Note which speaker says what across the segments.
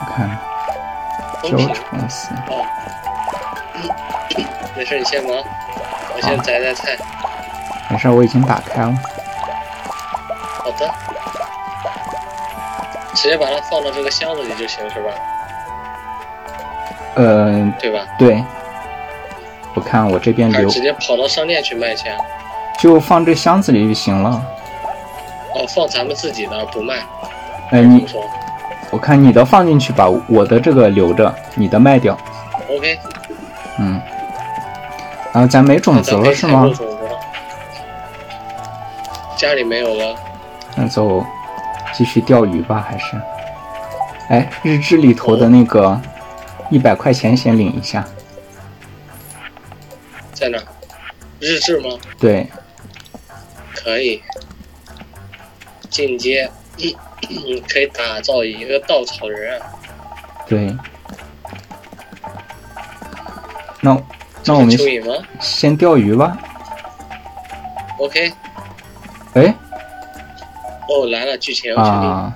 Speaker 1: 看
Speaker 2: 封
Speaker 1: 九
Speaker 2: 城。
Speaker 1: 乘四，
Speaker 2: 哦，没事，你先忙，我先
Speaker 1: 好
Speaker 2: 摘摘菜。
Speaker 1: 没事，我已经打开了。
Speaker 2: 好的，直接把它放到这个箱子里就行，是吧？
Speaker 1: 呃，
Speaker 2: 对吧？
Speaker 1: 对，我看我这边
Speaker 2: 还
Speaker 1: 留
Speaker 2: 是直接跑到商店去卖去啊？
Speaker 1: 就放这箱子里就行了。
Speaker 2: 哦，放咱们自己的不卖。
Speaker 1: 哎，
Speaker 2: 怎
Speaker 1: 你
Speaker 2: 么说
Speaker 1: 我看你的放进去吧，我的这个留着，你的卖掉。
Speaker 2: ？OK，
Speaker 1: 嗯，然后咱没
Speaker 2: 那
Speaker 1: 种子
Speaker 2: 咱可
Speaker 1: 了
Speaker 2: 以
Speaker 1: 是
Speaker 2: 采
Speaker 1: 吗
Speaker 2: 购？种子了。家里没有了，
Speaker 1: 那就继续钓鱼吧，还是？哎，日志里头的那个一百块钱先领一下。
Speaker 2: 在哪儿？日志吗？
Speaker 1: 对，
Speaker 2: 可以。进阶，嗯你可以打造一个稻草人啊，
Speaker 1: 对。那那
Speaker 2: 这
Speaker 1: 我
Speaker 2: 是
Speaker 1: 们
Speaker 2: 蚯蚓吗
Speaker 1: 先钓鱼吧。
Speaker 2: ？OK，
Speaker 1: 哎
Speaker 2: 哦，来了剧情，
Speaker 1: 啊，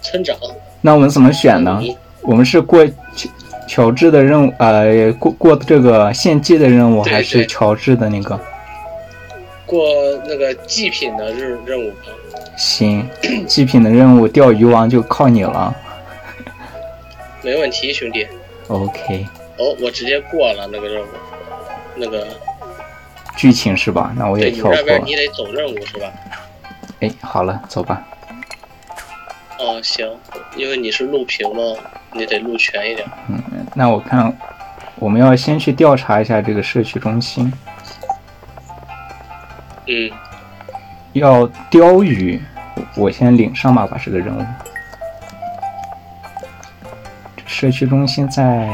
Speaker 2: 村长
Speaker 1: 那我们怎么选呢？
Speaker 2: 你
Speaker 1: 我们是过乔乔治的任务，呃，过过这个献祭的任务，
Speaker 2: 对
Speaker 1: 还是
Speaker 2: 对
Speaker 1: 乔治的那个？
Speaker 2: 过那个祭品的任任务吧。
Speaker 1: 行，祭品的任务钓鱼王就靠你了。
Speaker 2: 没问题，兄弟。
Speaker 1: OK，
Speaker 2: 哦，我直接过了那个任务，那个
Speaker 1: 剧情是吧？那我也
Speaker 2: 对你
Speaker 1: 跳
Speaker 2: 们那
Speaker 1: 过
Speaker 2: 边
Speaker 1: 了。
Speaker 2: 你得走任务是吧？
Speaker 1: 哎，好了，走吧。
Speaker 2: 哦，行，因为你是录屏嘛，你得录全一点。
Speaker 1: 那我看，我们要先去调查一下这个社区中心，
Speaker 2: 嗯，
Speaker 1: 要钓鱼。我先领上吧，把这个任务。这社区中心在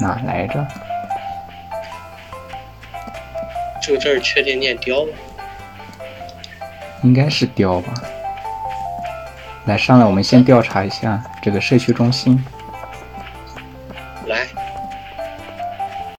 Speaker 1: 哪来着？
Speaker 2: 这个字儿确定念雕吗？
Speaker 1: 应该是雕吧。来，上来我们先调查一下这个社区中心。